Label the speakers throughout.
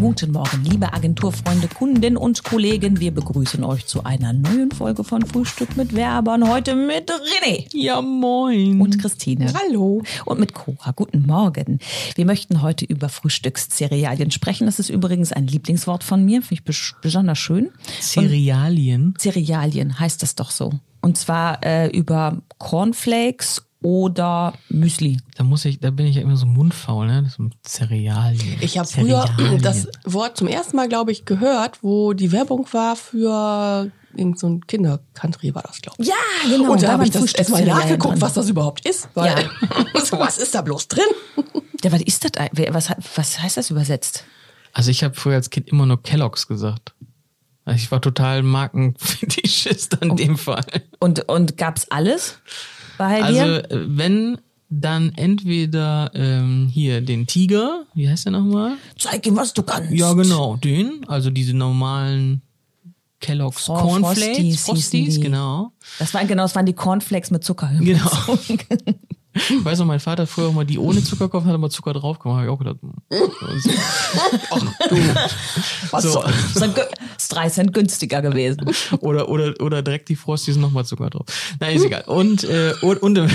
Speaker 1: Guten Morgen, liebe Agenturfreunde, Kunden und Kollegen. Wir begrüßen euch zu einer neuen Folge von Frühstück mit Werbern. Heute mit René
Speaker 2: Ja, moin.
Speaker 1: und Christine.
Speaker 2: Hallo.
Speaker 1: Und mit Cora. Guten Morgen. Wir möchten heute über Frühstückscerealien sprechen. Das ist übrigens ein Lieblingswort von mir. Finde ich bes- besonders schön.
Speaker 2: Cerealien.
Speaker 1: Cerealien heißt das doch so. Und zwar äh, über Cornflakes oder Müsli.
Speaker 2: Da muss ich, da bin ich ja immer so mundfaul, ne? So Cerealien.
Speaker 3: Ich habe früher
Speaker 2: Cerealien.
Speaker 3: das Wort zum ersten Mal, glaube ich, gehört, wo die Werbung war für irgendein so ein Kinder-Country war das, glaube ich.
Speaker 1: Ja, genau.
Speaker 3: Und
Speaker 1: Da
Speaker 3: da habe
Speaker 1: waren
Speaker 3: ich das erstmal
Speaker 1: Frühstückscerealien
Speaker 3: nachgeguckt,
Speaker 1: drin.
Speaker 3: was das überhaupt ist, weil so was ist da bloß drin?
Speaker 1: Ja, was ist das? ei- wer- Was, he- was heißt das übersetzt?
Speaker 2: Also ich habe früher als Kind immer nur Kellogg's gesagt. Also ich war total Markenfetischist in dem Fall.
Speaker 1: Und, und gab's alles bei
Speaker 2: Also
Speaker 1: dir?
Speaker 2: äh, wenn dann entweder ähm, hier den Tiger, wie heißt der nochmal?
Speaker 1: Zeig ihm, was du kannst.
Speaker 2: Ja, genau, den. Also diese normalen Kellogg's
Speaker 1: Oh,
Speaker 2: Cornflakes,
Speaker 1: Frosties hießen
Speaker 2: Frosties,
Speaker 1: die.
Speaker 2: genau.
Speaker 1: Das waren genau, das waren die Cornflakes mit Zucker.
Speaker 2: Genau. Ich weiß noch, mein Vater hat früher immer die ohne Zucker gekauft, hat immer Zucker drauf gemacht. Hab ich auch gedacht, hm.
Speaker 3: Was
Speaker 2: So.
Speaker 3: soll?
Speaker 1: Das ist dann gü- ist drei Cent günstiger gewesen.
Speaker 2: oder, oder, oder direkt die Frosties nochmal Zucker drauf. Na, ist egal. Und, äh, und, und im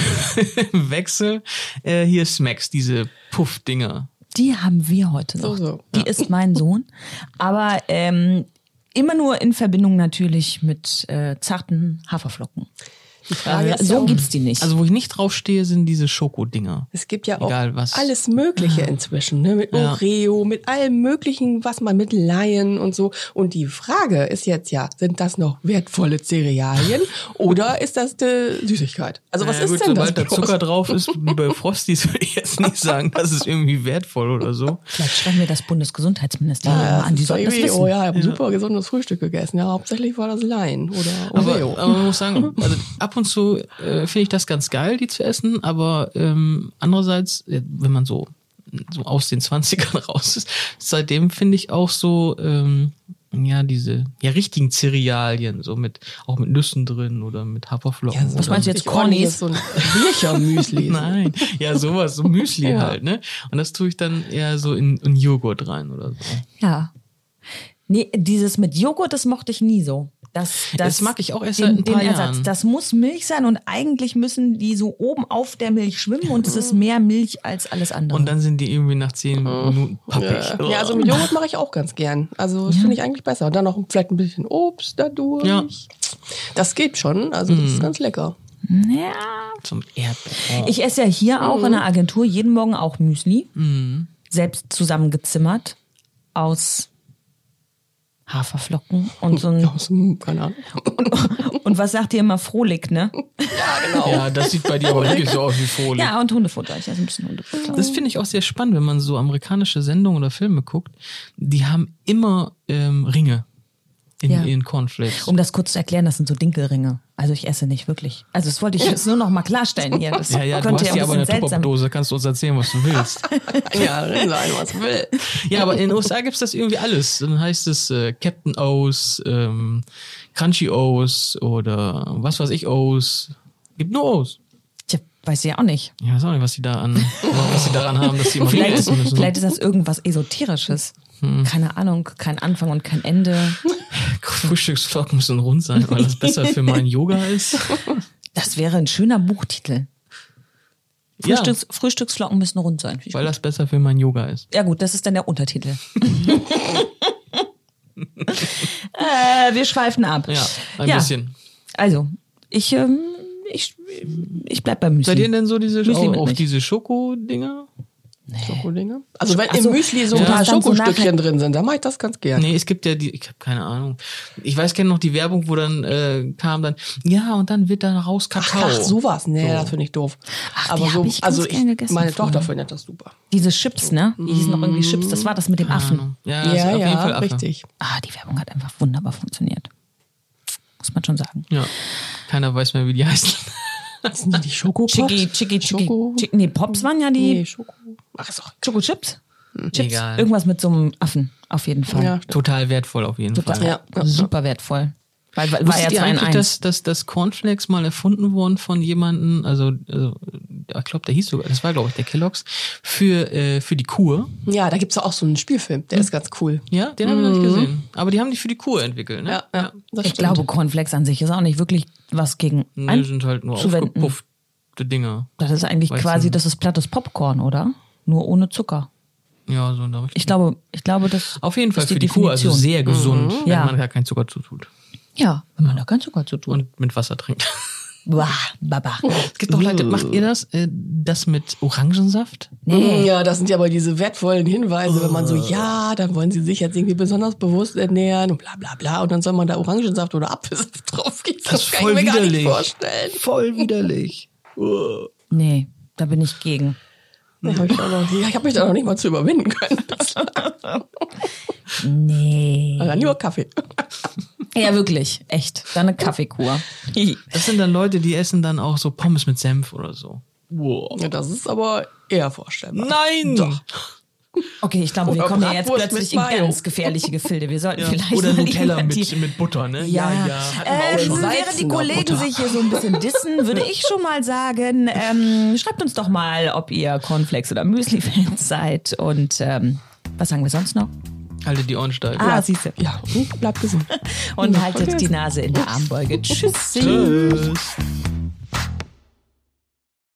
Speaker 2: Wechsel äh, hier Smacks, diese Puff-Dinger.
Speaker 1: Die haben wir heute noch.
Speaker 3: So, so.
Speaker 1: Die ist mein Sohn. Aber ähm, immer nur in Verbindung natürlich mit äh, zarten Haferflocken.
Speaker 3: Die Frage ist ja
Speaker 1: so
Speaker 3: auch,
Speaker 1: gibt's die nicht.
Speaker 2: Also, wo ich nicht draufstehe, sind diese Schokodinger.
Speaker 3: es gibt ja auch
Speaker 2: Egal was.
Speaker 3: alles Mögliche inzwischen, ne? mit
Speaker 2: Ja.
Speaker 3: Oreo, mit allem Möglichen, was man mit Laien und so. Und die Frage ist jetzt ja, sind das noch wertvolle Cerealien oder ist das äh, Süßigkeit? Also was
Speaker 2: Naja,
Speaker 3: ist
Speaker 2: gut,
Speaker 3: denn das?
Speaker 2: sobald da
Speaker 3: bloß?
Speaker 2: Zucker drauf ist, wie bei Frosties, würde ich jetzt nicht sagen, das ist irgendwie wertvoll oder so.
Speaker 1: Vielleicht schreiben wir das Bundesgesundheitsministerium mal
Speaker 3: Ja,
Speaker 1: an. Die sollten das wissen.
Speaker 3: Oh ja, ich habe super gesundes Frühstück gegessen. Ja, hauptsächlich war das Lein oder Oreo.
Speaker 2: Aber, aber man muss sagen, also ab und zu äh, finde ich das ganz geil, die zu essen, aber ähm, andererseits, äh, wenn man so, so aus den 20ern raus ist, seitdem finde ich auch so, ähm, ja, diese ja, richtigen Cerealien, so mit auch mit Nüssen drin oder mit Haferflocken.
Speaker 3: Ja, so
Speaker 1: Was
Speaker 2: oder
Speaker 1: meinst du
Speaker 2: mit-
Speaker 1: jetzt,
Speaker 3: Also, Ich ordne
Speaker 1: Cornies?
Speaker 3: jetzt So ein Birchermüsli.
Speaker 2: Nein, ja, sowas, so Müsli
Speaker 3: Ja.
Speaker 2: halt, ne? Und das tue ich dann eher so in, in Joghurt rein oder so.
Speaker 1: Ja. Nee, dieses mit Joghurt, das mochte ich nie so. Das, das,
Speaker 2: Das mag ich auch erst
Speaker 1: den,
Speaker 2: seit ein paar
Speaker 1: den Ersatz.
Speaker 2: Jahren.
Speaker 1: Das muss Milch sein und eigentlich müssen die so oben auf der Milch schwimmen und es ist mehr Milch als alles andere.
Speaker 2: Und dann sind die irgendwie nach zehn Minuten pappig.
Speaker 3: Oh. Ja, Ja, also mit Joghurt mache ich auch ganz gern. Also das finde ich eigentlich besser. Und dann noch vielleicht ein bisschen Obst dadurch.
Speaker 2: Ja.
Speaker 3: Das geht schon. Also das
Speaker 1: Mhm.
Speaker 3: ist ganz lecker.
Speaker 1: ja.
Speaker 2: zum Erdbeer.
Speaker 1: Ich esse ja hier auch in der Agentur jeden Morgen auch Müsli.
Speaker 2: Mhm.
Speaker 1: Selbst zusammengezimmert aus Haferflocken und so ein.
Speaker 3: Aus dem, keine Ahnung.
Speaker 1: Und was sagt ihr immer? Frohlig, ne?
Speaker 2: Ja, das sieht bei dir aber wirklich so aus wie Folie.
Speaker 1: Ja, und Hundefutter. Ich esse ein bisschen Hundefutter.
Speaker 2: Das finde ich auch sehr spannend, wenn man so amerikanische Sendungen oder Filme guckt. Die haben immer ähm, Ringe in
Speaker 1: Ja.
Speaker 2: ihren Cornflakes.
Speaker 1: Um das kurz zu erklären, das sind so Dinkelringe. Also ich esse nicht wirklich. Also das wollte ich jetzt nur noch mal klarstellen hier. Das
Speaker 2: ja, ja, du
Speaker 1: könnte
Speaker 2: hast die
Speaker 1: ja
Speaker 2: aber
Speaker 1: ein
Speaker 2: in der
Speaker 1: bisschen seltsam.
Speaker 2: Tupop-Dose, kannst du uns erzählen, was du willst.
Speaker 3: Ja, rein sein, was will.
Speaker 2: ja, aber in den USA gibt's das irgendwie alles. Dann heißt es äh, Captain O's, ähm, Crunchy O's oder was weiß ich O's. Gibt nur O's.
Speaker 1: Tja, weiß ich ja auch nicht.
Speaker 2: Ich weiß auch nicht, was die da an, was die daran haben, dass die immer Ringe
Speaker 1: Vielleicht,
Speaker 2: essen müssen.
Speaker 1: vielleicht ist das irgendwas Esoterisches.
Speaker 2: Hm.
Speaker 1: Keine Ahnung, kein Anfang und kein Ende.
Speaker 2: Frühstücksflocken müssen rund sein, weil das besser für meinen Yoga ist.
Speaker 1: Das wäre ein schöner Buchtitel.
Speaker 2: Ja.
Speaker 1: Frühstücks, Frühstücksflocken müssen rund sein.
Speaker 2: Weil das besser für mein Yoga ist.
Speaker 1: Ja gut, das ist dann der Untertitel. äh, wir schweifen ab.
Speaker 2: Ja, ein bisschen.
Speaker 1: Also, ich, ähm, ich, ich bleib beim Müsli.
Speaker 2: Seid ihr denn so diese
Speaker 1: Müsli
Speaker 2: auch,
Speaker 1: mit
Speaker 2: auch
Speaker 1: Milch.
Speaker 2: diese Schokodinger?
Speaker 3: Schokodinger. Also wenn
Speaker 1: Ach so.
Speaker 3: im Müsli so
Speaker 1: Ja.
Speaker 3: ein paar
Speaker 1: Das dann so
Speaker 3: Schokostückchen drin sind, dann mache ich das ganz gern.
Speaker 2: Nee, es gibt ja die, ich habe keine Ahnung. Ich weiß, kenne noch die Werbung, wo dann äh, kam dann, ja, und dann wird da raus Kakao.
Speaker 3: Ach, sowas. Nee, das finde ich doof.
Speaker 1: Ach, die
Speaker 3: Aber
Speaker 1: hab
Speaker 3: so,
Speaker 1: ich ganz
Speaker 3: also
Speaker 1: gern gegessen
Speaker 3: meine
Speaker 1: früher.
Speaker 3: Tochter findet das super.
Speaker 1: Diese Chips, ne? Die hießen noch irgendwie Chips. Das war das mit dem Affen.
Speaker 2: Ja,
Speaker 3: Also,
Speaker 2: das ist auf jeden Fall Affe.
Speaker 3: richtig.
Speaker 1: Ah, die Werbung hat einfach wunderbar funktioniert. Muss man schon sagen.
Speaker 2: Ja. Keiner weiß mehr, wie die heißen.
Speaker 3: Das sind die Schokopops?
Speaker 1: Chicky, Chicky, Chicky.
Speaker 3: Schoko.
Speaker 1: Chick- nee, Pops waren ja die
Speaker 3: Nee, Schoko. Ach so.
Speaker 1: Choco Chips. Chips.
Speaker 2: Egal.
Speaker 1: Irgendwas mit so einem Affen, auf jeden Fall.
Speaker 3: Ja.
Speaker 2: Total wertvoll auf jeden
Speaker 1: Total.
Speaker 2: Fall.
Speaker 3: Ja.
Speaker 1: Super wertvoll. Weil, weil war ja
Speaker 2: Wusstet ihr
Speaker 1: 2 in
Speaker 2: eigentlich,
Speaker 1: 1.
Speaker 2: dass, dass das Cornflakes mal erfunden worden von jemandem, also, also ich glaube, der hieß sogar, das war, glaube ich, der Kellogg's, für, äh, für die Kur.
Speaker 3: Ja, da gibt's doch auch so einen Spielfilm, der ist ganz cool.
Speaker 2: Ja, den haben wir noch nicht gesehen. Aber die haben die für die Kur entwickelt, ne?
Speaker 3: Ja, ja, das
Speaker 1: Ich
Speaker 3: stimmt.
Speaker 1: glaube, Cornflakes an sich ist auch nicht wirklich was gegen
Speaker 2: Nee,
Speaker 1: ein.
Speaker 2: sind halt nur
Speaker 1: zu wenden.
Speaker 2: aufgepuffte Dinger.
Speaker 1: Das ist eigentlich
Speaker 2: Weizen.
Speaker 1: quasi, das ist plattes Popcorn, oder? Nur ohne Zucker.
Speaker 2: Ja, so in der Richtung.
Speaker 1: Ich glaube, ich glaube, das
Speaker 2: Auf jeden Fall
Speaker 1: ist die
Speaker 2: für die Kur, also
Speaker 1: Definition.
Speaker 2: sehr gesund, wenn
Speaker 1: Ja.
Speaker 2: man gar keinen Zucker zutut.
Speaker 1: Ja, wenn man da keinen Zucker zu tun.
Speaker 2: Und mit Wasser trinkt.
Speaker 1: Bah, baba.
Speaker 2: Es gibt auch Leute, macht ihr das? Äh, das mit Orangensaft?
Speaker 1: Nee.
Speaker 3: mm, Ja, das sind ja aber diese wertvollen Hinweise, wenn man so,
Speaker 2: Äh.
Speaker 3: ja, dann wollen sie sich jetzt irgendwie besonders bewusst ernähren und bla bla bla und dann soll man da Orangensaft oder Apfelsaft draufgeben.
Speaker 2: Das ist voll
Speaker 3: kann ich mir gar
Speaker 2: widerlich.
Speaker 3: nicht vorstellen.
Speaker 2: Voll widerlich.
Speaker 1: Nee, da bin ich gegen.
Speaker 3: Ja, hab ich auch noch- ja, ich habe mich da noch nicht mal zu überwinden können.
Speaker 1: Nee.
Speaker 3: Also nur Kaffee.
Speaker 1: Ja, wirklich. Echt. Dann eine Kaffeekur.
Speaker 2: Das sind dann Leute, die essen dann auch so Pommes mit Senf oder so. Wow.
Speaker 3: Ja, das ist aber eher vorstellbar.
Speaker 2: Nein!
Speaker 3: Doch.
Speaker 1: Okay, ich glaube, wir
Speaker 3: Oder
Speaker 1: kommen ja jetzt
Speaker 3: Bratwurst mit
Speaker 1: plötzlich in
Speaker 3: Mayo.
Speaker 1: ganz gefährliche Gefilde. Wir sollten
Speaker 2: Ja.
Speaker 1: vielleicht
Speaker 2: Oder
Speaker 1: mal
Speaker 2: Nutella
Speaker 1: lieber die-
Speaker 2: mit, mit Butter, ne?
Speaker 1: Ja,
Speaker 2: hatten wir
Speaker 1: Äh,
Speaker 2: auch schon.
Speaker 3: Salz
Speaker 1: während die
Speaker 3: in der
Speaker 1: Kollegen
Speaker 3: Butter.
Speaker 1: sich hier so ein bisschen dissen, würde ich schon mal sagen, ähm, schreibt uns doch mal, ob ihr Cornflakes oder Müsli-Fans seid. Und ähm, was sagen wir sonst noch?
Speaker 2: Haltet die Ohren steif.
Speaker 1: Ah, siehste.
Speaker 3: Ja, und hm, bleibt gesund.
Speaker 1: Und haltet die Nase in der Armbeuge. Tschüssi.
Speaker 2: Äh. Tschüss.